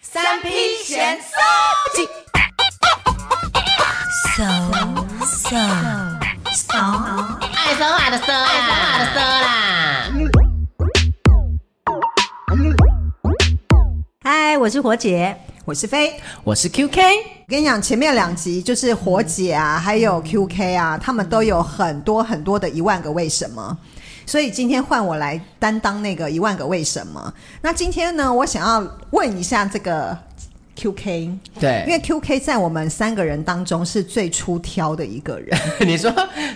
三批闲手机。手手手，爱说话的说啦，爱说话的说啦。嗨，我是火姐，我是飞。我是 QK，我跟你讲，前面两集就是火姐啊，还有 QK 啊，他们都有很多很多的一万个为什么。所以今天换我来担当那个一万个为什么。那今天呢，我想要问一下这个 QK，因对， 为 QK 在我们三个人当中是最出挑的一个人，你说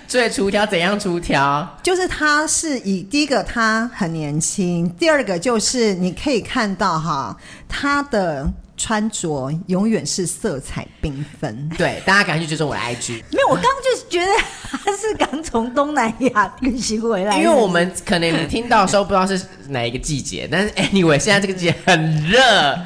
最出挑怎样出挑？就是他是以第一个他很年轻，第二个就是你可以看到哈，他的穿着永远是色彩缤纷。对，大家赶快去追踪我的 IG，没有，我刚刚就是觉得他是刚从东南亚旅行回来的，因为我们可能你听到的时候不知道是哪一个季节，但是 anyway，现在这个季节很热，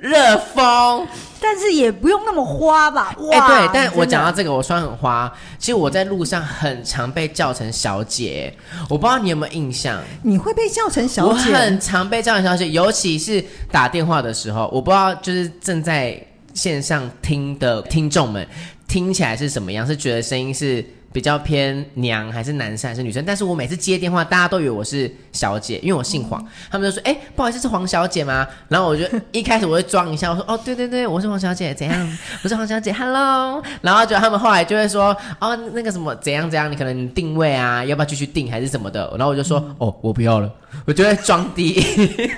热风。但是也不用那么花吧，哎、哇，对，但我真的讲到这个，我穿很花。其实我在路上很常被叫成小姐，我不知道你有没有印象？你会被叫成小我姐？很常被叫成小姐，尤其是打电话的时候，我不知道就是正在线上听的听众们听起来是什么样，是觉得声音是比较偏娘，还是男生还是女生？但是我每次接电话，大家都以为我是小姐，因为我姓嗯黄，他们就说：“哎、不好意思，是黄小姐吗？”然后我就一开始我会装一下，我说：“哦，对对对，我是黄小姐，怎样？我是黄小姐，Hello。”然后就他们后来就会说：“哦，那个什么怎样怎样，你可能定位啊，要不要继续定还是什么的？”然后我就说：“嗯哦，我不要了。”我就会装低。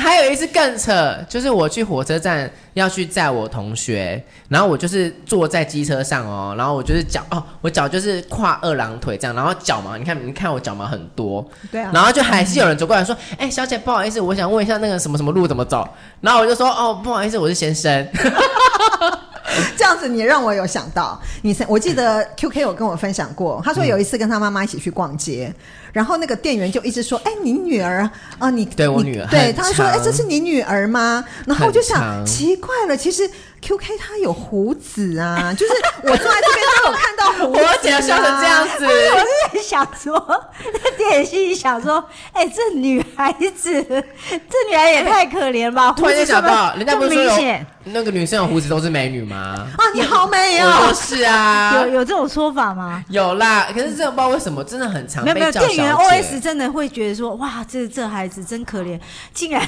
还有一次更扯，就是我去火车站要去载我同学，然后我就是坐在机车上哦，然后我就是脚哦，我脚就是跨二郎腿这样，然后脚嘛，你看你看我脚毛很多，对啊然后就还是有人走过来说，哎、小姐不好意思，我想问一下那个什么什么路怎么走，然后我就说哦不好意思，我是先生，这样子你让我有想到，你是我记嗯得 QK 有跟我分享过，他说有一次跟他妈妈一起去逛街，然后那个店员就一直说：“哎、你女儿啊、你对我女儿你对，很他说：哎、长这是你女儿吗？”然后我就很想，长奇怪了，其实 QK 他有胡子啊，就是我坐在这边都有看到胡子、啊，我姐笑成这样子，我是在想说，那电影心里想说，哎、这女孩子，这女孩也太可怜吧！ 突然间想到，人家不这是么说明有显那个女生有胡子都是美女吗？啊，你好美我哦就！是啊，有有这种说法吗？有啦，可是真的不知道为什么，真的很常没有没有，被叫店员小 OS 姐。真的会觉得说，哇，这这孩子真可怜，竟然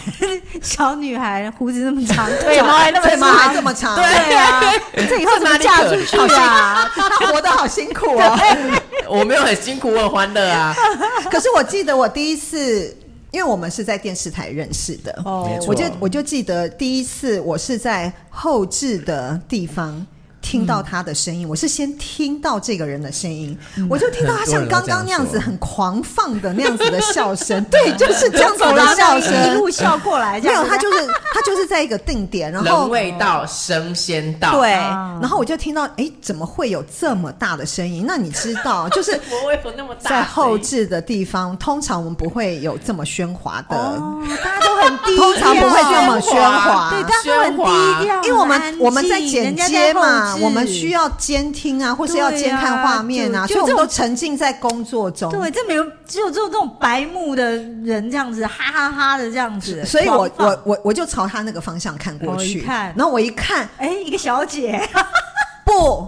小女孩胡子那么 长，腿啊毛还那么腿毛还长，这么长，对啊，这以后怎么嫁出去啊？他活得好辛苦哦。 我没有很辛苦，我很欢乐啊。可是我记得我第一次，因为我们是在电视台认识的，哦没错我就我就记得第一次我是在后置的地方。听到他的声音，我是先听到这个人的声音，我就听到他像刚刚那样子很狂放的那样子的笑声，对，就是这样子走的廊笑一声路。笑过来，这没样有，子他就是他就是在一个定点， 然后人未到，声先到。对，啊哎然后我就听到，哎，怎么会有这么大的声音？那你知 道，就是我为什么那么大在后置的地方，通常我们不会有这么喧哗的，哦，大家都很低调，通常不会这么喧哗，对，大家都很低调，因为我们很安静我们在剪接嘛，我们需。人家在后置要监听啊，或是要对啊监看画面啊，就所以我们就这都种沉浸在工作中。对，这没有，只有只有这种白目的人这样子，哈哈哈的这样子。所以我狂放我我我就朝他那个方向看过哦去，一看然后我一看，哎，一个小姐， 不，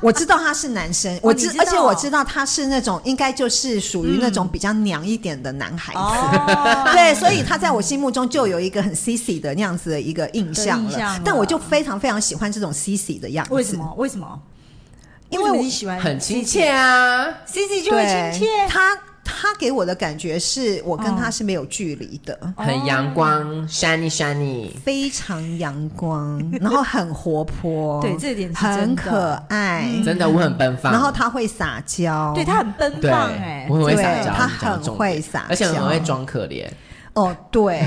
我知道他是男生，我知哦你，知道嗯而且我知道他是那种应该就是属于那种比较娘一点的男孩子。哦， 对，所以他在我心目中就有一个很 sissy 的那样子的一个印象了，的印象了但我就非常非常喜欢这种 sissy 的样子。为什？么？为什么？因为我什么你喜欢很亲切啊。 ，C C 就会对，亲切，哦他他给我的感觉是我跟他是没有距离的，很阳光，shiny shiny，非常阳光， 然后很活泼，对这点是真的嗯很可爱，真的我很奔放。然后他会撒娇，对他很奔对放哎，，我很会对撒娇，他你讲得很重点会撒娇而且很会装可怜。哦，对。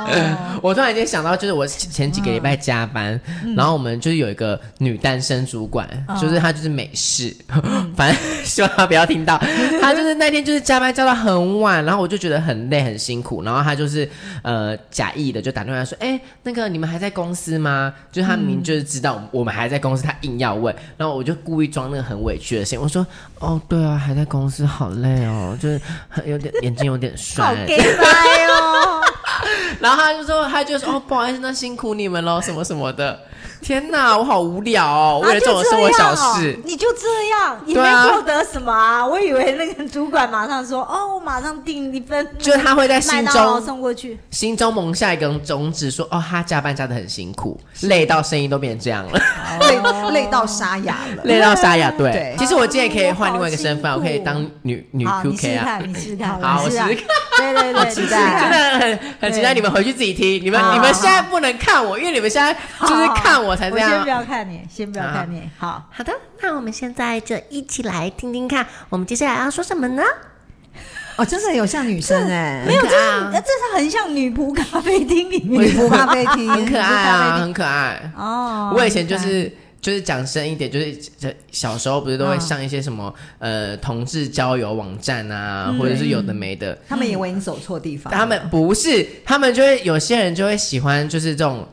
我突然间想到，就是我前几个礼拜加班，然后我们就是有一个女单身主管，就是她就是美式， 反正希望她不要听到。她就是那天就是加班加到很晚，然后我就觉得很累很辛苦，然后她就是呃假意的就打电话说，哎、那个你们还在公司吗？就是她明明就是知道我们还在公司，她硬要问，然后我就故意装那个很委屈的声音，我说，哦对啊，还在公司，好累哦，就是很有点眼睛有点酸好 gay 掰哦，然后他就说，他就说哦，不好意思，那辛苦你们喽，什么什么的。天哪，我好无聊哦，为了这种生活小事。你啊就这样，你对没啊获得什么啊？我以为那个主管马上说，哦，我马上订一份，就是他会在心麦中当劳送过去。心中萌下一根种子，说哦，他加班加的很辛苦，累到声音都变成这样了， 累累到沙哑了。累到沙哑。对，对其实我今天也可以换另外一个哦身份，好我辛苦可以当女女好，你 QK 试试啊。看，你试试看，好试我看试试。对对对，期你试试待看真的很很期待你们回去自己听，你们好你们现在不能看我，因为你们现在就是看我才这好好好我先样啊不。要看你，先不要看你。好，好的，那我们现在就一起来听听看，我们接下来要说什么呢？哦，真的有像女生哎、没有，这很可爱啊是这是很像女仆咖啡厅里女面仆咖啡 厅很女仆可爱咖啡啊，厅很可爱。哦。我以前就是就是讲深一点，就是这小时候不是都会嗯上一些什么呃同志交友网站嗯啊，或者是有的没的。他们以为你走错地方了，他们不是，他们就会有些人就会喜欢就是这种。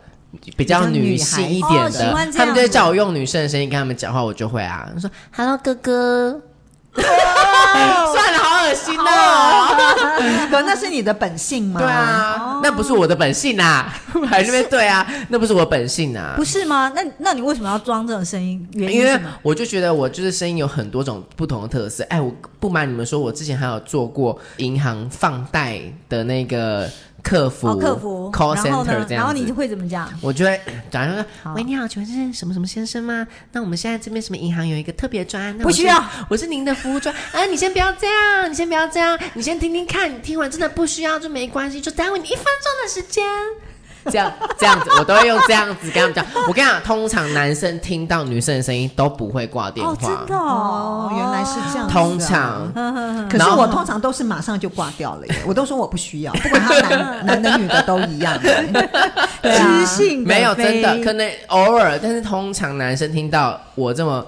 比较女性一比较点女孩子哦喜的，欢这样子他们就会叫我用女生的声音跟他们讲话，我就会啊，说 Hello，哥哥， 算了，好恶心哦。可那是你的本性吗？对，哦啊，那不是我的本 性啊，还是边对啊，那不是我本性啊不，是吗？那那你为什么要装这种声音？原因因是为什么？我就觉得我就是声音有很多种不同的特色。哎，我不瞒你们说，我之前还有做过银行放贷的那个客服，哦，客服 call 然后 center 呢？这然后样你子。会怎么讲？我就会假如说好喂，你好，请问是什么什么先生吗？那我们现在这边什么银行有一个特别专案，那不我是需要，我是您的服务专，啊，你先不要这样，你先不要这样，你先听听看，你听完真的不需要就没关系，就耽误你一分钟的时间。这样这样子，我都会用这样子跟他 们讲。我跟你讲，通常男生听到女生的声音都不会挂电哦，话，真的哦哦，，原来是这样、通。常。呵呵呵。可是然后我通常都是马上就挂掉了耶，我都说我不需要，不管他男 男的女的都一样耶。对啊知，性的没有真的非，可能偶尔，但是通常男生听到我这么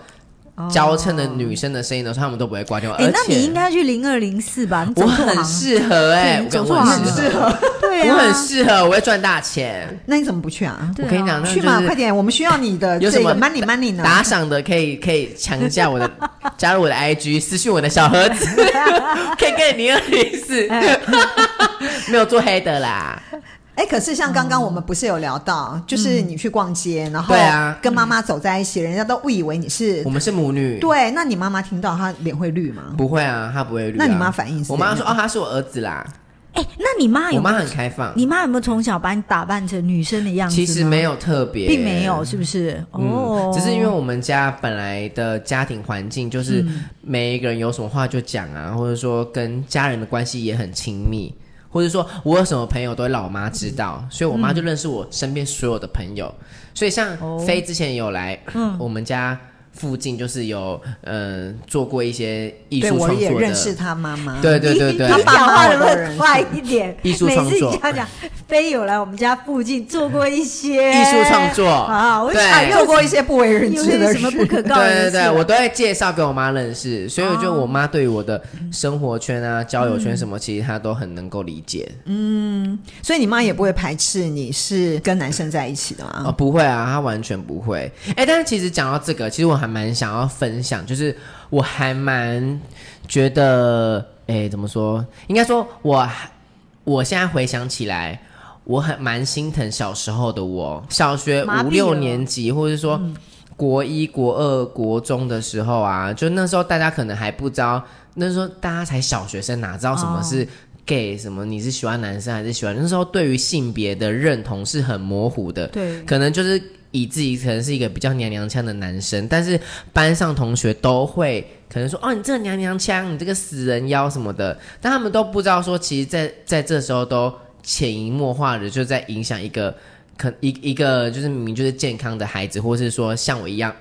娇嗔的女生的声音的时候，他们都不会挂电话。哦哎而，那你应且该去零二零四吧？你走我错很行，适合对哎，我你跟走我错很行适合，对我啊，很适合，我会赚大钱。那你怎么不去啊？对我跟你讲，那去就嘛，快是点，我们需要你的有什这么个 money money 呢？打赏的可以可以强加我的，加入我的 IG，私讯我的小 盒子，可以给你零二零四，没有做黑的啦。哎，可是像刚刚我们不是有聊到，就是你去逛街，然后嗯对啊嗯跟妈妈走在一起，人家都误以为你是我们是母女，对，啊那你妈妈听到她脸会绿吗？不会啊，她不会绿啊。那你妈反应是我妈怎说样哦，他是我儿子啦。哎，那你妈我有没妈有？很开放，你妈有没有从小把你打扮成女生的样子？其实没，有特别，并没有，。是不是？哦嗯，，只是因为我们家本来的家庭环境就是每一个人有什么话就讲啊，或者说跟家人的关系也很亲密，或者说我有什么朋友都会让我妈知道，所以我妈就认识我身边所有的朋友。所以像哦飞之前有来我们家附近，就是有呃做过一些艺术对，创作我的，也认识她妈妈。对对对你对你讲话能不能快一点？艺术每创次你作这样讲，飞友来我们家附近做过一些艺术创作啊，我对想做又过一些不为人有知的些事什么不可告人对对的事哦对，啊？我都会介绍给我妈认识，所以我觉得我妈对于我的生活圈啊、交友嗯圈什么，其实她都很能够理解。所以你妈也不会排斥你是跟男生在一起的啊、吗？不会啊，她完全不会。哎，但是其实讲到这个，其实我还蛮想要分享，就是我还蛮觉得，哎，怎么说？应该说我还，我现在回想起来。我很蛮心疼小时候的我，小学麻痹哦嗯五六了年级，或者说国一、国二、国中的时候啊，就那时候大家可能还不知道，那时候大家才小学生，哪知道什哦么是 gay，、什么你是喜欢男生还是喜欢？那时候对于性别的认同是很模糊的，对可能就是以自己可能是一个比较娘娘腔的男生，但是班上同学都会可能说哦，你这个娘娘腔，你这个死人妖什么的，但他们都不知道说，其实在， 在这时候都潜移默化的就在影响一个可一一个就是明明就是健康的孩子，或是说像我一样。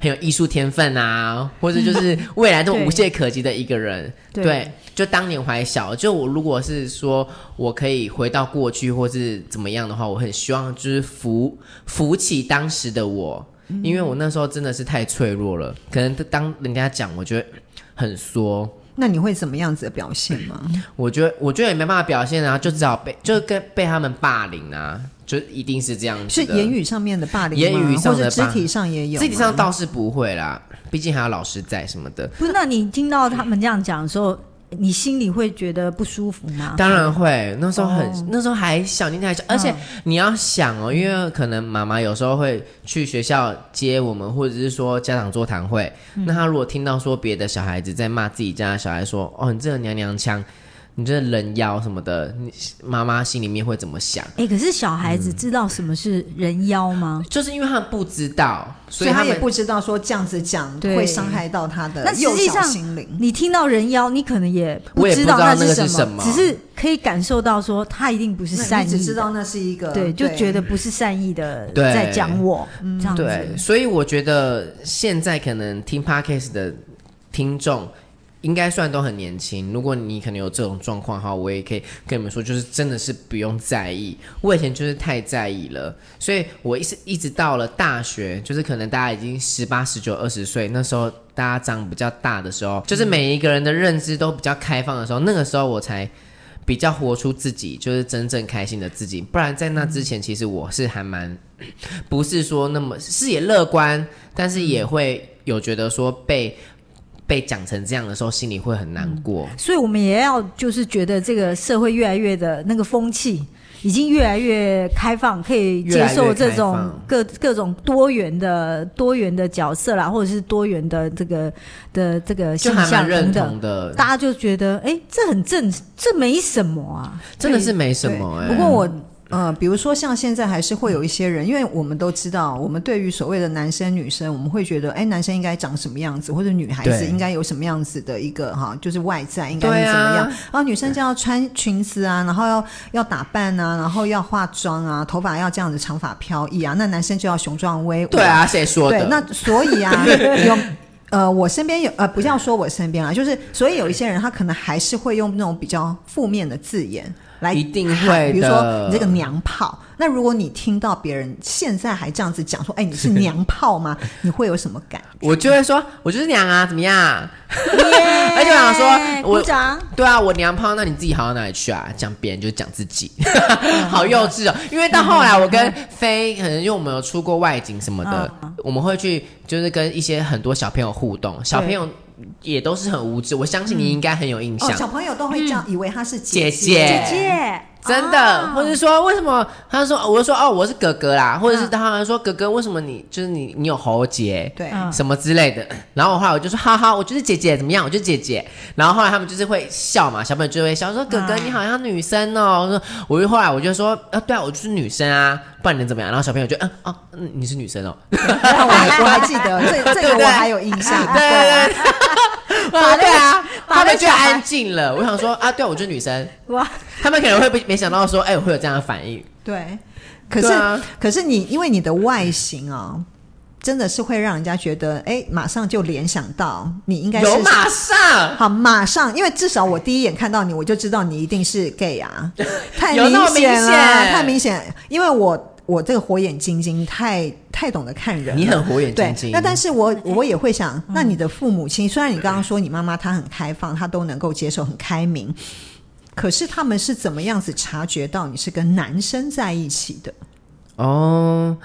很有艺术天分啊，或者 就是未来都对无懈可击的一个人，对就当年还小，就我如果是说我可以回到过去或是怎么样的话，我很希望就是扶扶起当时的我，嗯因为我那时候真的是太脆弱了，可能当人家讲，我觉得很缩，那你会怎么样子的表现吗？我觉得我觉得也没办法表现啊，就只好被就跟被他们霸凌啊，就一定是这样子是的，言语上面的霸凌吗，言语上的或者肢霸体上也有吗，肢体上倒是不会啦，毕竟还有老师在什么的。不是，那你听到他们这样讲的时候，你心里会觉得不舒服吗？当然会，那时候很，啊哦那时候还小，年纪还小，而且你要想哦，因为可能妈妈有时候会去学校接我们，或者是说家长座谈会，那她如果听到说别的小孩子在骂自己家的小孩说，哦，你这个娘娘腔，你这个人妖什么的，你妈妈心里面会怎么想？哎、可是小孩嗯子知道什么是人妖吗？就是因为他们不知道，所所以以他他们也不知道说这样子讲对会伤害到他的那幼实际小上心灵。你听到人妖，你可能也我也不知知道那那个什是什么只是可以感受到说他一定不是那善你意只的，知道那是一个对，就觉得不是善意的对在讲我嗯这样子。对，所以我觉得现在可能听 podcast 的听众。应该算都很年轻。如果你可能有这种状况哈，我也可以跟你们说，就是真的是不用在意。我以前就是太在意了，所以我一直一直到了大学，就是可能大家已经十八、十九、二十岁，那时候大家长比较大的时候，就是每一个人的认知都比较开放的时候，那个时候我才比较活出自己，就是真正开心的自己。不然在那之前，其实我是还蛮不是说那么视野乐观，但是也会有觉得说被被讲成这样的时候，心里会很难过。所以我们也要就是觉得这个社会越来越的那个风气。已经越来越开放，可以接受这越来越开种放各各种多元的多元的角色啦，或者是多元的这个的这个就现还蛮象认等等，同的，大家就觉得哎、这很正，这没什么 啊。真的是没什么哎、对不过我呃，比如说像现在还是会有一些人，因为我们都知道，我们对于所谓的男生女生，我们会觉得，哎，男生应该长什么样子，或者女孩子对应该有什么样子的一个哈，就是外在应该对是啊怎么样，然后女生就要穿裙子啊，然后要要打扮啊，然后要化妆啊，头发要这样子长发飘逸啊，那男生就要雄壮威武、对啊，谁说的？对，那所以 啊，有呃，我身边有呃，不要说我身边啊，就是所以有一些人他可能还是会用那种比较负面的字眼来一定喊会比如的说你这个娘炮。那如果你听到别人现在还这样子讲说，哎，你是娘炮 吗？你会有什么感？我就会说，我就是娘啊，怎么样？而 而且我想说我鼓掌，对啊，我娘炮，那你自己好到哪里去啊？讲别人就讲自己， 好幼稚哦。因为到后来，我跟飞，可能因为我们有出过外景什么的，我们会去就是跟一些很多小朋友互动，小朋友也都是很无知，我相信你应该很有印象。哦，小朋友都会这样，以为他是姐姐嗯姐姐姐，哎真的，啊或者说为什么？他就说，我就说哦，我是哥哥啦，或者是他们说哥哥，为什么你就是你，你有喉结，对 嗯什么之类的。 然后我后来我就说，哈哈，我就是姐姐，怎么样？我就是姐姐。然后后来他们就是会笑嘛，小朋友就会笑说，哥哥嗯你好像女生哦。我说我就后来我就说，啊，对啊，我就是女生啊，不然能怎么样？然后小朋友就嗯哦、嗯，你是女 生哦，对我还我还记得这对这不个对我还有印象。对对。把那个对啊，把他那们个就小孩安静了。我想说啊，对啊，我就是女生，哇，他们可能会没没想到说，哎、我会有这样的反应。对，可是、对啊可是你因为你的外形啊，真的是会让人家觉得，哎，马上就联想到你应该是有马上好，马上，因为至少我第一眼看到你，我就知道你一定是 gay 啊，太有那么明显了，显太明显。因为我我这个火眼金睛太太懂得看人了，你很火眼金对，睛那但是 我我也会想，嗯那你的父母亲，虽然你刚刚说你妈妈她很开放，她都能够接受，很开明，可是他们是怎么样子察觉到你是跟男生在一起的？哦，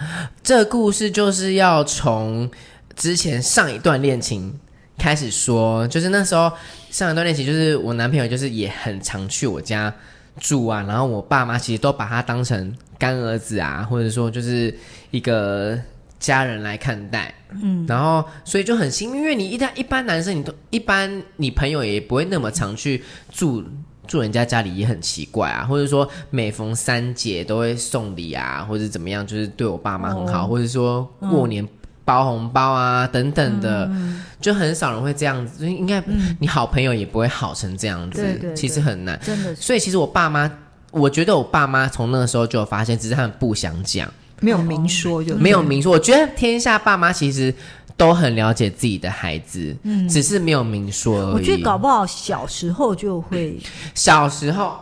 这故事就是要从之前上一段恋情开始说，就是那时候上一段恋情，就是我男朋友就是也很常去我家住啊，然后我爸妈其实都把他当成干儿子啊，或者说就是一个家人来看待，嗯，然后所以就很幸运，因为你一旦一般男生你都一般你朋友也不会那么常去住住人家家里也很奇怪啊，或者说每逢三节都会送礼啊，或者怎么样，就是对我爸妈很哦好，或者说过年包红包啊、等等的，嗯就很少人会这样子，应该、你好朋友也不会好成这样子，对对其实很难。真的是所以其实我爸妈，我觉得我爸妈从那个时候就有发现，只是他们不想讲。没有明说就没有明说。我觉得天下爸妈其实都很了解自己的孩子，只是没有明说而已。我觉得搞不好小时候就会小时候，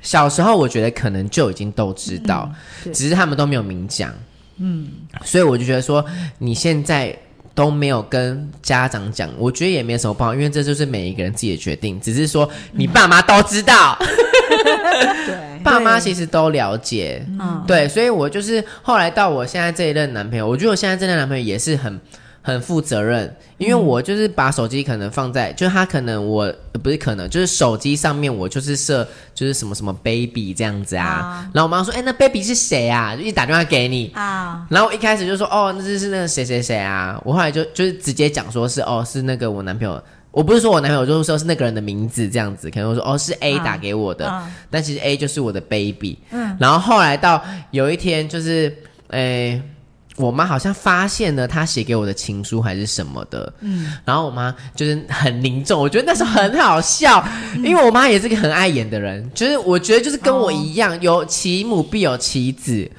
小时候我觉得可能就已经都知道，对只是他们都没有明讲。嗯，所以我就觉得说，你现在都没有跟家长讲，我觉得也没什么不好，因为这就是每一个人自己的决定。只是说你爸妈都知道，对。爸妈其实都了解。嗯对，所以我就是后来到我现在这一任男朋友，我觉得我现在这任男朋友也是很很负责任，因为我就是把手机可能放在，就是他可能我呃不是可能，就是手机上面我就是设就是什么什么 baby 这样子啊，然后我妈说，哎、那 baby 是谁啊？就一直打电话给你，啊，然后我一开始就说哦，那就是那个谁谁谁啊，我后来就就是直接讲说是哦是那个我男朋友，我不是说我男朋友，我就是说是那个人的名字这样子，可能我说哦是 A 啊打给我的，啊但其实 A 就是我的 baby，嗯，然后后来到有一天就是诶。我妈好像发现了他写给我的情书还是什么的，嗯，然后我妈就是很凝重，我觉得那时候很好笑，因为我妈也是个很爱演的人，就是我觉得就是跟我一样，有其母必有其子，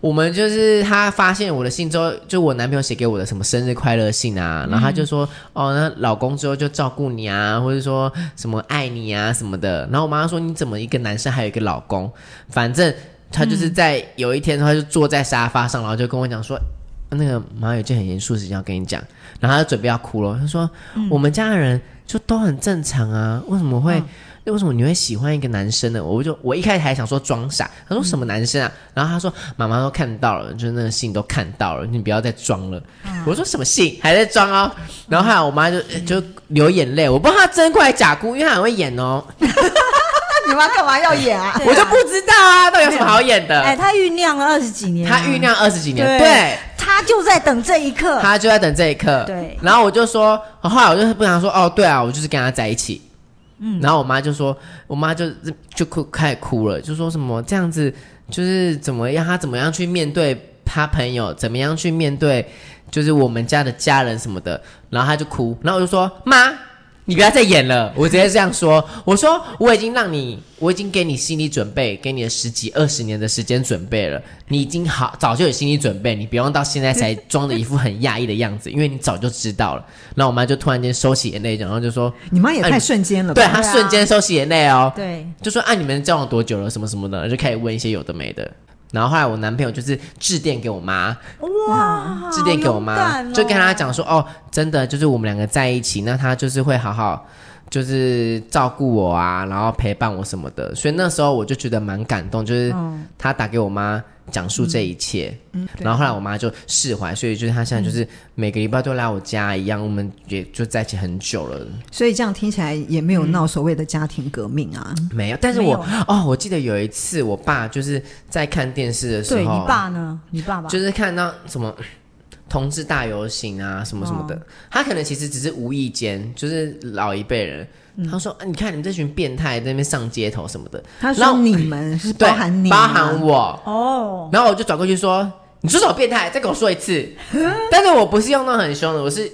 我们就是他发现我的信之后，就我男朋友写给我的什么生日快乐信啊，然后他就说、哦，那老公之后就照顾你啊，或者说什么爱你啊什么的。然后我妈说你怎么一个男生还有一个老公？反正他就是在有一天，他就坐在沙发上，然后就跟我讲说。那个妈有一件很严肃的事情要跟你讲，然后他就准备要哭了。他说：“我们家的人就都很正常啊，为什么会？哎那为什么你会喜欢一个男生呢？我就我一开始还想说装傻，他说什么男生啊？然后他说妈妈都看到了，就是那个信都看到了，你不要再装了。嗯我说什么信还在装哦？然后后来我妈就就流眼泪，我不知道她真哭还是假哭，因为她很会演哦，那你妈干嘛要演啊？我就不知道啊，到底有什么好演的？哎，他酝酿了二十几年啊，她酝酿二十几年，对对他就在等这一刻。他就在等这一刻。对然后我就说，后来我就是不想说，哦，对啊，我就是跟他在一起。嗯，然后我妈就说，我妈就就哭开始哭了，就说什么这样子，就是怎么样，他怎么样去面对他朋友，怎么样去面对就是我们家的家人什么的，然后他就哭，然后我就说妈。你不要再演了，我直接这样说。我说我已经让你，我已经给你心理准备，给你了十几二十年的时间准备了。你已经好早就有心理准备，你不用到现在才装的一副很压抑的样子，因为你早就知道了。然后我妈就突然间收起眼泪，然后就说你妈也太瞬间：“了吧对，？她瞬间收起眼泪哦。”对，就说啊，你们交往多久了，什么什么的，就开始问一些有的没的。然后后来我男朋友就是致电给我妈，哇致电给我妈，就跟她，讲说，哦，真的就是我们两个在一起，那她就是会好好就是照顾我啊，然后陪伴我什么的。所以那时候我就觉得蛮感动，就是嗯她打给我妈讲述这一切，然后后来我妈就释怀，所以就是她现在嗯就是每个礼拜都来我家一样，我们也就在一起很久了。嗯所以这样听起来也没有嗯闹所谓的家庭革命啊。没有，但是没我有哦，我记得有一次，我爸就是在看电视的时候，对你爸呢？你爸爸就是看到什么 同志大游行啊，什么什么嗯的，他可能其实只是无意间，就是老一辈人，嗯他说、啊：“你看你们这群变态在那边上街头什么的，他然说后你们是对包含你吗，包含我。”哦，然后我就转过去说：“你说什么变态？再跟我说一次。”但是我不是用那种很凶的，我是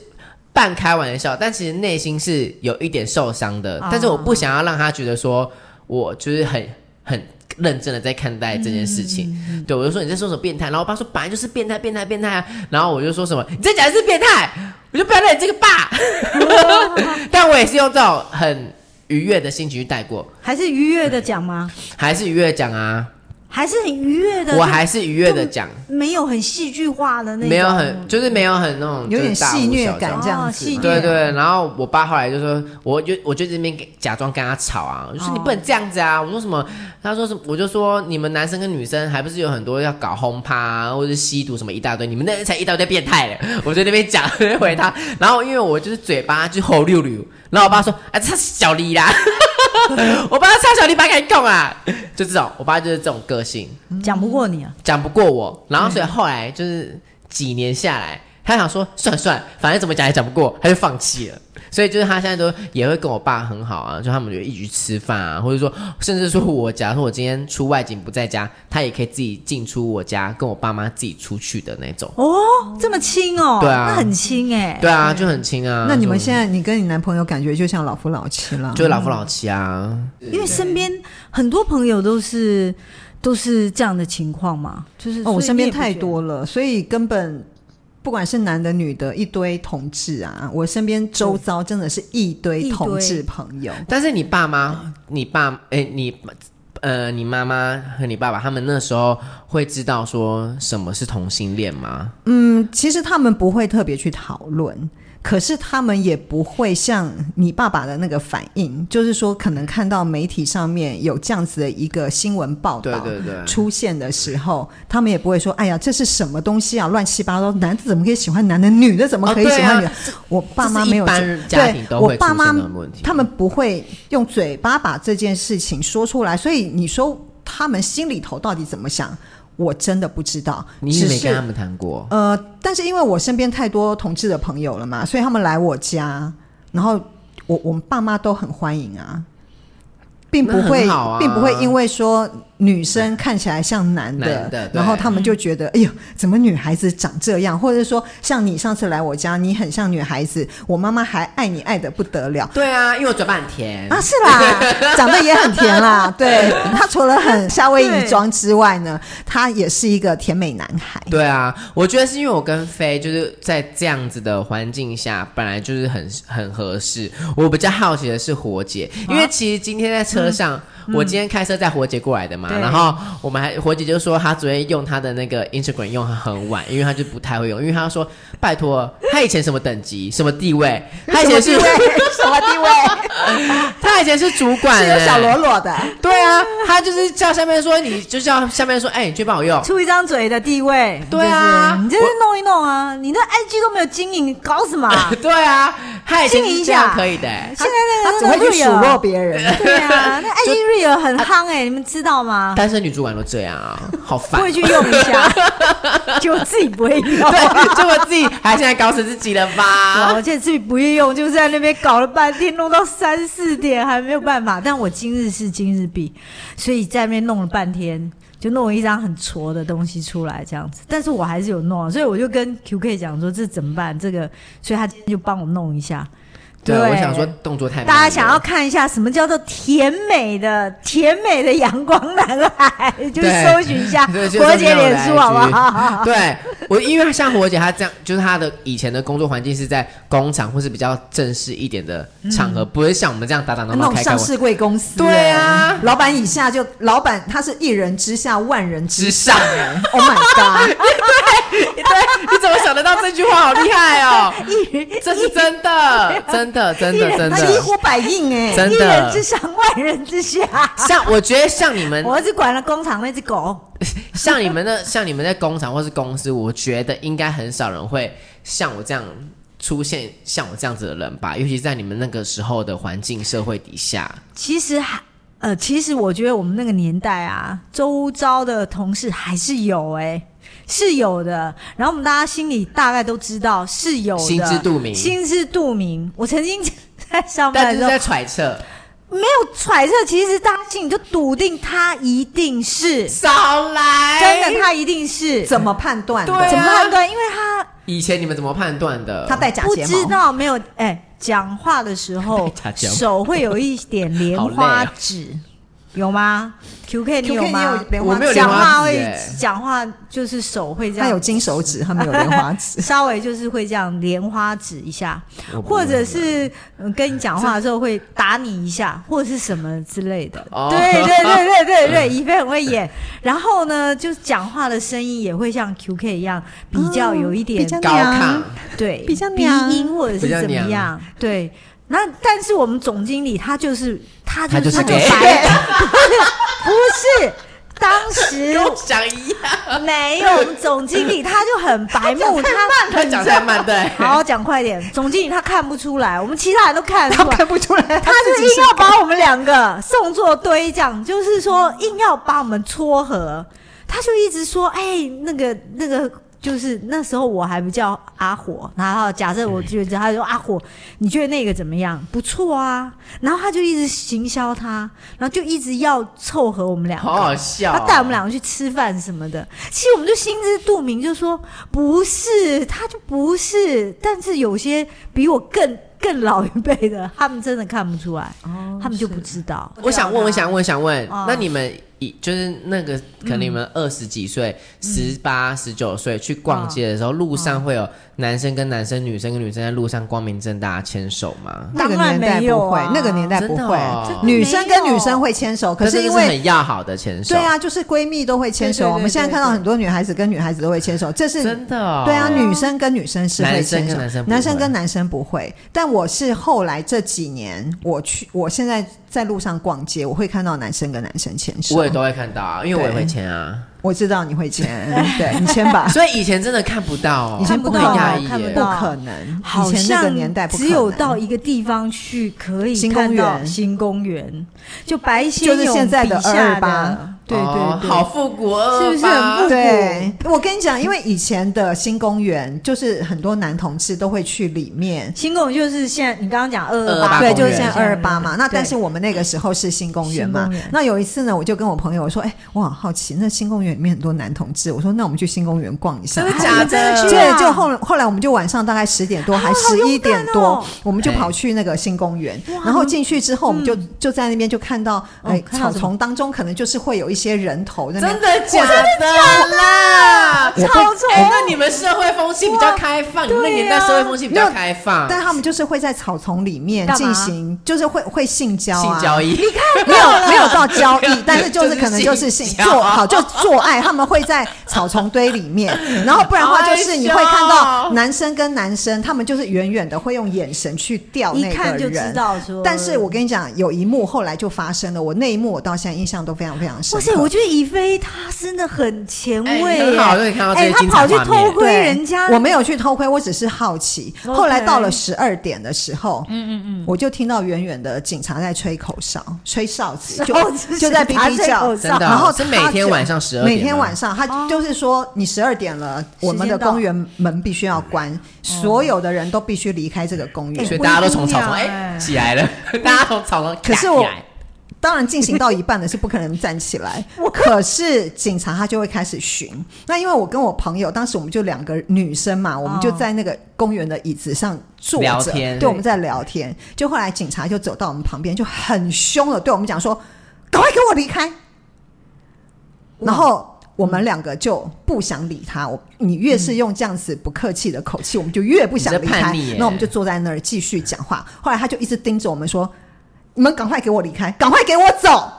半开玩笑，但其实内心是有一点受伤的。哦但是我不想要让他觉得说我就是很很认真的在看待这件事情。对我就说你在说什么变态？然后我爸说本来就是变态，变态，变态啊。然后我就说什么你再讲一次变态，我就不要让你这个爸。但我也是用这种很愉悦的心情去带过，还是愉悦的讲吗？还是愉悦地讲啊，还是很愉悦的，我还是愉悦的就讲。没有很戏剧化的那种，没有很，就是没有很那种有点就是大呼戏谑小叫感这样子哦戏嘛。谑对对，然后我爸后来就说，我就我就这边给假装跟他吵啊，我就说哦你不能这样子啊，我说什么，他说什么，我就说你们男生跟女生还不是有很多要搞轰趴、啊、或者是吸毒什么一大堆，你们那才一大堆变态嘞，我在那边讲 回他，然后因为我就是嘴巴就吼溜溜，然后我爸说啊他小李啦， 我爸差小李把敢讲啊，就这种，我爸就是这种个性。讲不过你啊。讲不过我，然后所以嗯后来就是几年下来，他想说算了算了，反正怎么讲也讲不过，他就放弃了。所以就是他现在都也会跟我爸很好啊，就他们就一起去吃饭啊，或者说甚至说我假如说我今天出外景不在家，他也可以自己进出我家，跟我爸妈自己出去的那种。哦，这么亲哦，对啊那很亲哎、对啊，就很亲啊。那你们就现在，你跟你男朋友感觉就像老夫老妻了，就是老夫老妻啊，因为身边很多朋友都是都是这样的情况嘛，就是哦，我身边太，所以你也不觉多了，所以根本不管是男的女的，一堆同志啊，我身边周遭真的是一堆一堆同志朋友。但是你爸妈，你爸，哎、你，呃，你妈妈和你爸爸，他们那时候会知道说什么是同性恋吗？嗯，其实他们不会特别去讨论，可是他们也不会像你爸爸的那个反应，就是说可能看到媒体上面有这样子的一个新闻报对道对对出现的时候，他们也不会说：“哎呀，这是什么东西啊，乱七八糟，男的怎么可以喜欢男的，女的怎么可以喜欢女哦啊的？”我爸妈没有这是一般家庭都对我会爸妈出现的问题他们不会用嘴巴把这件事情说出来，所以你说他们心里头到底怎么想，我真的不知道。你也只没是跟他们谈过，呃，但是因为我身边太多同志的朋友了嘛，所以他们来我家，然后我我们爸妈都很欢迎啊，并不那会，很好啊并不会因为说女生看起来像男的，男的对然后他们就觉得，哎呦，怎么女孩子长这样？或者说，像你上次来我家，你很像女孩子，我妈妈还爱你爱得不得了。对啊，因为我嘴巴很甜啊，是 啦，长得也很甜啦。对他除了很夏威夷对装之外呢，他也是一个甜美男孩。对啊，我觉得是因为我跟飞就是在这样子的环境下，本来就是很很合适。我比较好奇的是火姐，啊因为其实今天在车上，嗯我今天开车载火姐过来的嘛，对然后我们还火姐就说她昨天用她的那个 Instagram 用她很晚，因为她就不太会用，因为她说拜托，她以前什么等级、什么地 位， 她以前是什么地位？什么地 位？ 她以前是主管、是有哎欸，小裸裸的，对啊，她就是叫下面说你，就叫下面说，哎、你去帮我用。出一张嘴的地位，对啊？就是你就是弄一弄啊，你那 IG 都没有经营，你搞什么啊 对啊，她以前静是一这样下可以的、欸现在那他个啊只会去数落落，别人。 对 啊，那 IG real 很夯哎，你们知道吗？单身女主管都这样啊，好不烦。会去用一 下，就自己不会用。 对，结果自己还现在搞死自己了吧？而且自己不会用，就在那边搞了半天，弄到三四点还没有办法。但我今日事今日毕，所以在那边弄了半天，就弄了一张很挫的东西出来，这样子。但是我还是有弄，啊所以我就跟 QK 讲说这怎么办？这个，所以他今天就帮我弄一下。对，啊我想说动作太慢了大家想要看一下什么叫做甜美的甜美的阳光男 孩，就对搜寻一下 对就国姐是没有脸书来好不 IG 好？对我，因为像火姐她这样，就是她的以前的工作环境是在工厂或是比较正式一点的场合，不是像我们这样打打闹那闹种嗯开开上玩市贵公司，对啊，老板以下就老板，他是一人之下，万人之之上。上。 Oh my god！对，你怎么想得到这句话？好厉 害哦！这是真的，真的，真的，真他一的，呼百应哎、真一人的之。上，万人之下。 像我觉得像你 们我只管了工厂那只狗。像你们的，像你们在工厂或是公司，我觉得应该很少人会像我这样出现像我这样子的人吧，尤其在你们那个时候的环境社会底下，其实还呃，其实我觉得我们那个年代啊，周遭的同事还是有哎、是有的。然后我们大家心里大概都知道是有的，心知肚明心知肚明。我曾经在上班但的时就是候在揣测，没有揣测，其实大家心里就笃定他一定是少来。真的，他一定是怎么判断的？对啊怎么判断？因为他以前你们怎么判断的？他戴假不睫知毛，道没有？哎、讲话的时 候假睫毛手会有一点莲好累花啊指，有吗？QK 你有 QK 你有吗？莲花指我没有莲讲花话指会欸讲话就是手会这他样，有金手指，他没有莲花指。稍微就是会这样莲花指一下，我不或者是嗯跟你讲话的时候会打你一下，或者是什么之类的。哦对对对对对对， 一菲很会演。然后呢，就讲话的声音也会像 QK 一样， 比较有一点哦比较高亢，对，比较鼻娘音或者是比较怎么娘样？对，那但是我们总经理他就是他就他就是他就给白， 不是。当时跟我想一样，没有我们总经理，他就很白目，他他讲太慢，对， 好好讲快点。总经理他看不出来，我们其他人都看得他出来，看不出来， 他自就己硬是要把我们两个送作堆这样，就是说硬要把我们撮合。他就一直说：“哎、那个那个，就是那时候我还不叫阿火。”然后假设我觉得他就说：“阿火，你觉得那个怎么样？不错啊。”然后他就一直行销他，然后就一直要凑合我们两个。好好笑哦。他带我们两个去吃饭什么的，其实我们就心知肚明，就说不是，他就不是。但是有些比我更更老一辈的，他们真的看不出来，他们就不知道。我想问，我想问，我想问哦，那你们一就是那个可能你们二十几岁、嗯十八、十九岁去逛街的时候，路上会哦有男生跟男生、女生跟女生在路上光明正大地牵手吗？那个当然年代没不有会啊，那个年代不真的会哦真的，女生跟没有女生会牵手，可但是因这为是很要好的牵手，对，啊，就是闺蜜都会牵手。对对对我们现在对看到对很多女孩子跟女孩子都会牵手，这是真的、哦，对啊，女生跟女生是会男生牵跟手，男生不男生会跟男生不会。但我是后来这几年，我去，我现在在路上逛街，我会看到男生跟男生牵手。我也都会看到啊，因为我也会牵啊，我知道你会牵， 对你牵 吧，所以以前真的看不到、哦，以前不很到讶异看耶不不到可能，好以前那个年像代不可能只有到一个地方去可以新看公到园新公园，就白先就是勇现在的笔下228对哦对对，好复古哦，是不是很复古对，我跟你讲，因为以前的新公园就是很多男同志都会去里面，新公园就是现在你刚刚讲二大八，对，公就是园现在二二八嘛。那但是我我们那个时候是新公园嘛新公园。那有一次呢，我就跟我朋友我说：“哎、我好好奇，那新公园里面很多男同志。”我说：“那我们去新公园逛一下。”真的假的真的去对，啊就后后来我们就晚上大概十点多，还十一点多，好勇敢哦我们就跑去那个新公园哇，然后进去之后，我们就、就在那边就看到，哎、哦看到草什么丛当中可能就是会有一些人头在那边真的假的啦？我超丑，哎、那你们社会风气比较开放，你们那对啊年代社会风气比较开放，但他们就是会在草丛里面干嘛进行，就是会会性交啊，性交易， 没有没有到交易，但是就是就是可能就是性性交做好就做爱，他们会在草丛堆里面， 然后不然的话就是你会看到男生跟男生，他们就是远远的会用眼神去钓一那看个就知人。道说，但是我跟你讲，有一幕后来就发生了，我那一幕我到现在印象都非常非常深哇刻。塞，我觉得以飞他真的很前哎卫很耶，好就可以看到这些哎他精彩跑去画面偷窥对人家，我没有去偷窥，我只是好奇。 OK 后来到了十二点的时候，嗯嗯嗯，我就听到远远的警察在吹口哨，吹哨子，就哨子就在哦警哔察哔吹叫口，真的哦然后是他每天就晚上12点啊每天吗哦晚上他就是说你十二点了，我们的时间到公园门必须要关，所有的人都必须离开这个公所以园。大家都从草丛我一哎、定要哎起来了， 大家从草丛可是咔我起来当然进行到一半的是不可能站起 来，可是警察他就会开始巡。那因为我跟我朋友当时我们就两个女生嘛，我们就在那个公园的椅子上坐哦聊着，天对，我们在聊天。就后来警察就走到我们旁边，就很凶的对我们讲说：“赶快给我离开！”嗯然后。我们两个就不想理他，我你越是用这样子不客气的口气，我们就越不想你这理他叛逆耶。那我们就坐在那儿继续讲话。后来他就一直盯着我们说：“你们赶快给我离开，赶快给我走！”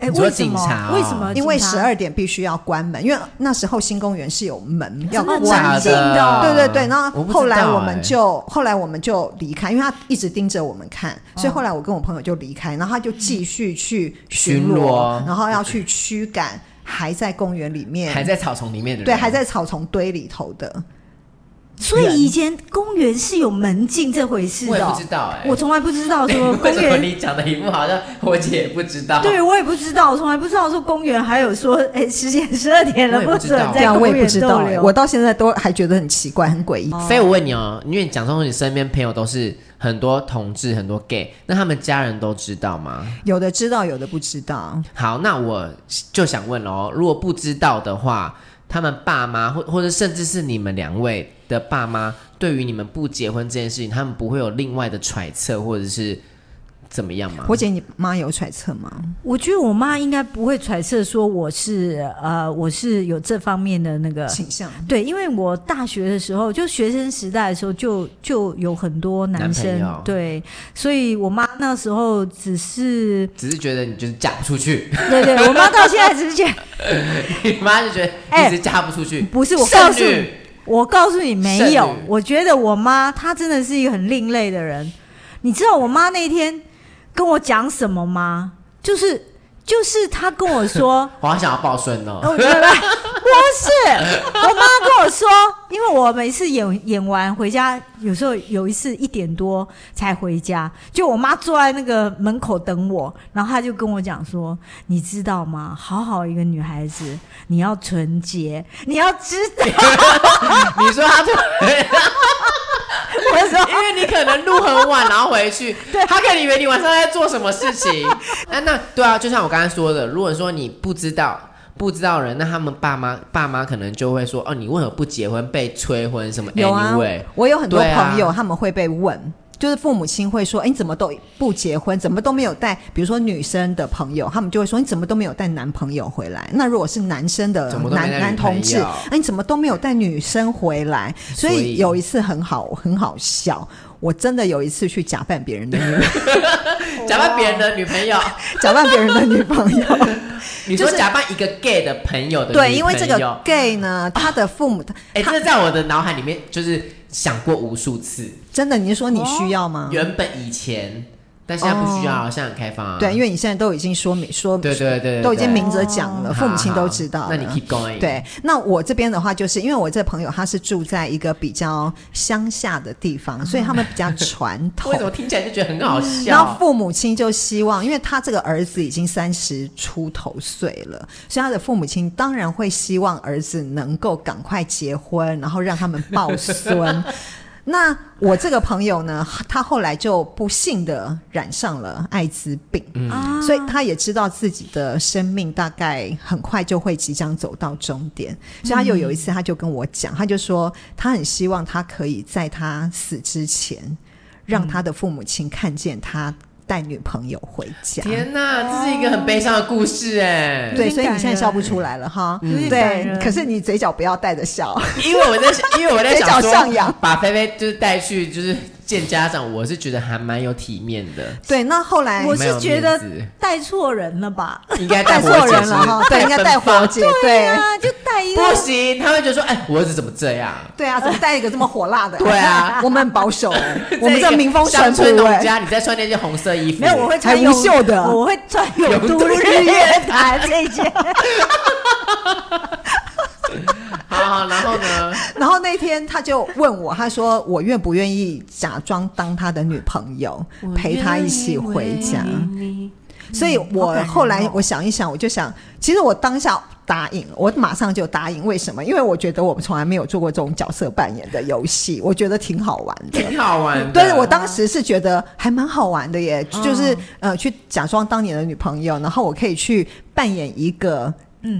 哎，你说为什警么察哦为什么警察？因为十二点必须要关门，因为那时候新公园是有门要真的假关的进的哦对对对，然我后不知道后来我们哎哦就、后来我们就离开，因为他一直盯着我们看，所以后来我跟我朋友就离开，然后他就继续去巡逻，巡逻然后要去驱赶还在公园里面，还在草丛里面的人，对还在草丛堆里头的，所以以前公园是有门禁这回事我也的不哦知，道哎、我从来不知道说对公为什么园。你讲的一副好像我姐也不知道，对，啊我也不知道，我从来不知道说公园还有说，哎，十点十二点了我也不知准道对在啊，我公也不园知道逗欸、留。我到现在都还觉得很奇怪，很诡异。所以我问你哦，因为你讲说你身边朋友都是很多同志，很多 gay，那他们家人都知道吗？有的知道，有的不知道。好，那我就想问喽，如果不知道的话，他们爸妈或或者甚至是你们两位的爸妈，对于你们不结婚这件事情，他们不会有另外的揣测或者是怎么样吗？我姐，你妈有揣测吗？我觉得我妈应该不会揣测说我是呃，我是有这方面的那个呃倾向对，因为我大学的时候，就学生时代的时候就，就有很多男生男朋友对，所以我妈那时候只是，只是觉得你就是嫁不出去， 对对，我妈到现在只是觉得，你妈就觉得你只是嫁不出去。哎不是我剩告诉女你，我告诉你没有剩女，我觉得我妈她真的是一个很另类的人。你知道我妈那天跟我讲什么吗？就是就是她跟我说。我好想要抱孙哦。哦，对对，不是， 我妈跟我说，因为我每次演演完回家，有时候有一次一点多才回家，就我妈坐在那个门口等我，然后她就跟我讲说：“你知道吗？好好一个女孩子，你要纯洁，你要知道。 你说他就，我说因为你可能路很晚，然后 回去，对他可能以为你晚上在做什么事情。啊，那对啊，就像我刚才说的，如果说你不知道。不知道的人，那他们爸妈爸妈可能就会说：“哦，你为何不结婚？被催婚什么有啊 anyway？”，我有很多对啊朋友他们会被问，就是父母亲会说，哎，你怎么都不结婚，怎么都没有带，比如说女生的朋友，他们就会说你怎么都没有带男朋友回来。那如果是男生的怎么都没男带女男同志，朋友哎，你怎么都没有带女生回来？所所以以有一次很好很好笑，我真的有一次去假扮别人的女，假扮别人的 女朋友，假扮别人的女朋 友。你说假扮一个 gay 的朋友的女朋友对，因为这个 gay 呢，他的父母，哎、这个在我的脑海里面就是想过无数次。真的，你是说你需要吗？原本以前，但现在不需要，好像很开放啊。哦对，因为你现在都已经说明说，对对对对都已经明着讲了，对嗯父母亲好好都知道了。那你 keep going。对，那我这边的话，就是因为我这朋友他是住在一个比较乡下的地方，所以他们比较传统 为。什么听起来就觉得很好然后笑？父母亲就希望，因为他这个儿子已经三十出头岁了，所以他的父母亲当然会希望儿子能够赶快结婚，然后让他们抱孙。那我这个朋友呢，他后来就不幸的染上了艾滋病，嗯啊所以他也知道自己的生命大概很快就会即将走到终点，嗯所以他又有一次他就跟我讲，他就说他很希望他可以在他死之前，让他的父母亲看见他带女朋友回家。天哪，这是一个很悲伤的故事哎。对，有点所以你感现在人笑不出来了哈。有点感对，人可是你嘴角不要带着 笑。因为我在， 因为我在想嘴角说上扬，把菲菲就是带去就是见家长，我是觉得还蛮有体面 的。对，那后来我蛮有是觉得面子带错人了吧？应该带带错火姐人了哈，对，应该带火火姐， 对啊，就带一个不行，他会觉得说，哎、我儿子怎么这样？对啊，怎么带一个这么火辣的？对啊 我们很保 守，我在们一这个民风淳乡朴村农哎。家，你在穿那件红色衣服，没有，我会还穿无有袖的我会穿有有都都日月潭这一 件。好好，然 后呢？然后那天他就问我，他说我愿不愿意假装当他的女朋友，陪他一起回家。嗯所以我后来我想一想，我就想，其实我当下答应，我马上就答应。为什么？因为我觉得我们从来没有做过这种角色扮演的游戏，我觉得挺好玩 的。挺好玩的。对，我当时是觉得还蛮好玩的耶，就是呃，去假装当你的女朋友，然后我可以去扮演一个。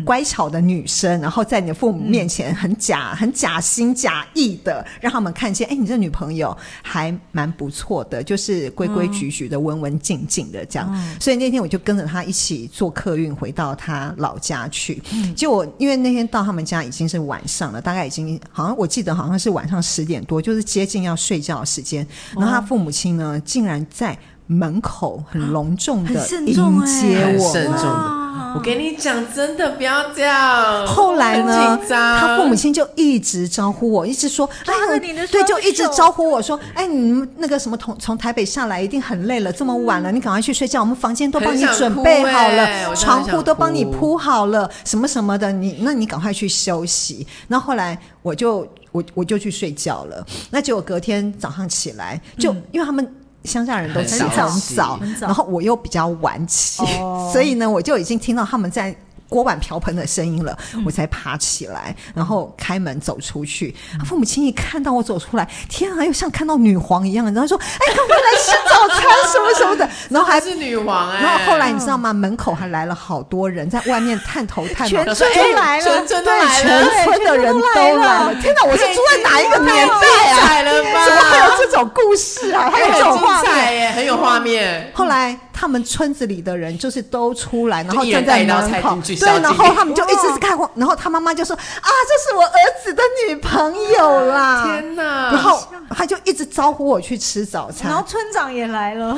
乖巧的女生，然后在你的父母面前很假、很假心假意的，让他们看见，哎，你这女朋友还蛮不错的，就是规规矩矩的、文文静静的这样。所以那天我就跟着她一起坐客运回到她老家去。结果因为那天到他们家已经是晚上了，大概已经好像我记得好像是晚上十点多，就是接近要睡觉的时间。然后他父母亲呢，竟然在门口很隆重很的慎迎重哎接很我。慎重的。我跟你讲，真的不要这样。后来呢很，紧张他父母亲就一直招呼我，一直说：“哎着呦，你的对，双就一直手招呼我说：‘哎，你们那个什么从从台北下来一定很累了，这么晚嗯了，你赶快去睡觉，我们房间都帮很你想准哭备欸好了，我真的床很铺想都帮你哭铺好了，什么什么的，你那你赶快去休息。’然后后来我就我我就去睡觉了。那结果隔天早上起来，就、因为他们。”乡下人都很起早很起早，嗯很早然后啊我又比较晚起，哦 所以呢，我就已经听到他们在锅碗瓢盆的声音了，嗯我才爬起来，然后开门走出去。嗯他父母亲一看到我走出来，天啊，又像看到女皇一样，然后说：“哎，赶快来吃早餐什么什么 的。”然后还还。是女王哎。然后后来你知道吗？门口还来了好多人，在外面探头探脑，全想说村都哎来了全村都对，来全了，村的人都来了。天哪，我是住在哪一个年代啊？太精彩了吧？怎么会有这种故事啊？还有这很种画精面？彩耶，很有画面。后来他们村子里的人就是都出来，然后一站人在带一道门菜口进，去对，小然精灵后他们就一直看我，然后他妈妈就说啊，这是我儿子的女朋友啦，天哪！然后他就一直招呼我去吃早然后餐，村长也来了，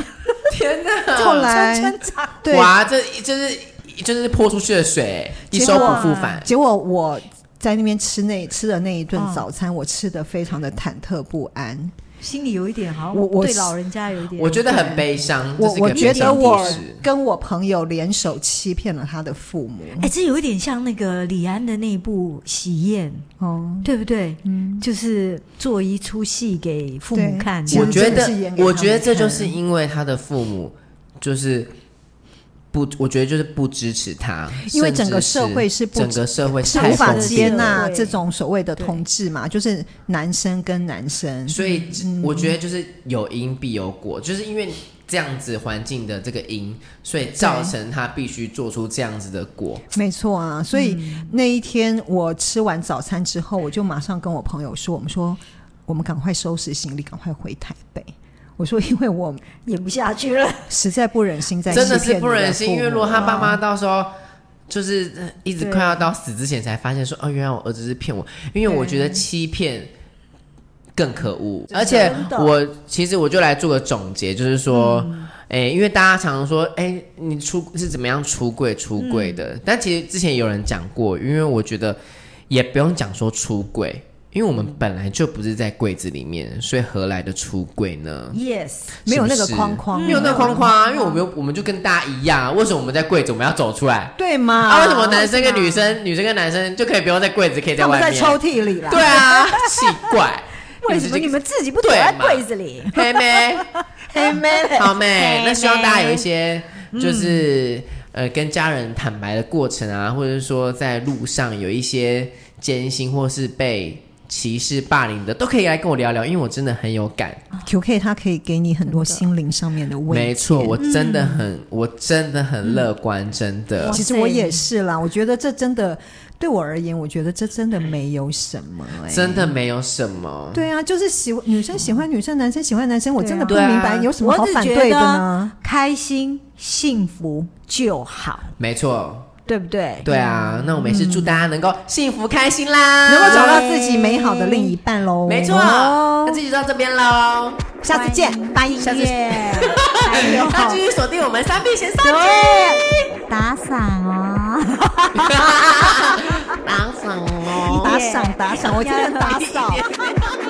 天哪！后来村村长对，哇，这就是就是泼出去的水，一结收果不复返。结果我在那边吃那吃的那一顿嗯早餐，我吃的非常的忐忑不安，心里有一点好我像我对老人家有一点，我觉得很悲伤，我这是一我个觉悲得伤我故事跟我朋友联手欺骗了他的父母，哎，这有一点像那个李安的那部《喜宴》，哦，对不对？嗯，就是做一出戏给父母对看，其实我觉真的得是演，给我他觉得们这就看是因为他的父母就是不，我觉得就是不支持他，因为甚整个至社会是不整个社会是太无法封闭接了纳对这种所谓的同志嘛，就是男生跟男生。所以我觉得就是有因必有果，就是因为这样子环境的这个因，所以造成他必须做出这样子的果。没错啊，所以嗯那一天我吃完早餐之后，我就马上跟我朋友说，我们说我们赶快收拾行李，赶快回台北。我说，因为我演不下去了。实在不忍心再真的欺是骗不你的忍心，父因为如果母啊他爸妈到时候就是呃一直对快要到死之前才发现说，哦，原来我儿子是骗我，因为我觉得欺骗更可恶。而且真的我其实我就来做个总结，就是说，哎、因为大家常常说，哎、你出是怎么样出柜出柜嗯的，但其实之前有人讲过，因为我觉得也不用讲说出柜。因为我们本来就不是在柜子里面，所以何来的出柜呢？ Yes，没有那个是不是框框，没有那个框框啊，因为我们又我们就跟大家一样、啊，为什么我们在柜子我们要走出来？对吗？啊，为什么男生跟女生，女生跟男生就可以不用在柜子，可以在他外们在 面？抽屉里啦？对啊，奇怪，为什么你们们自己不躲在柜子里？黑妹黑妹嘞好妹？那希望大家有一黑些就是、呃跟家人坦白的过程啊，或者是说在路上有一些艰辛或是被歧视霸凌的，都可以来跟我聊聊，因为我真的很有感。 QK 它可以给你很多心灵上面的慰藉。没错，我真的很，我真的很乐观，真的。其实我也是啦，我觉得这真的对我而言，我觉得这真的没有什么哎、真的没有什么。对啊，就是喜欢女生喜欢女生，男生喜欢男生，我真的不嗯对啊明白哎有什么我好只反觉对的得呢？开心幸福就好，没错，对不对？对啊。那我们也是祝大家能够幸福开心啦，能够找到自己美好的另一半喽。没错，那这集就到这边喽。下次见，哎拜。下次耶，还有那继续锁定我们三必贤三对打赏哦，打赏哦。哦打赏打赏，我今天打赏。扫。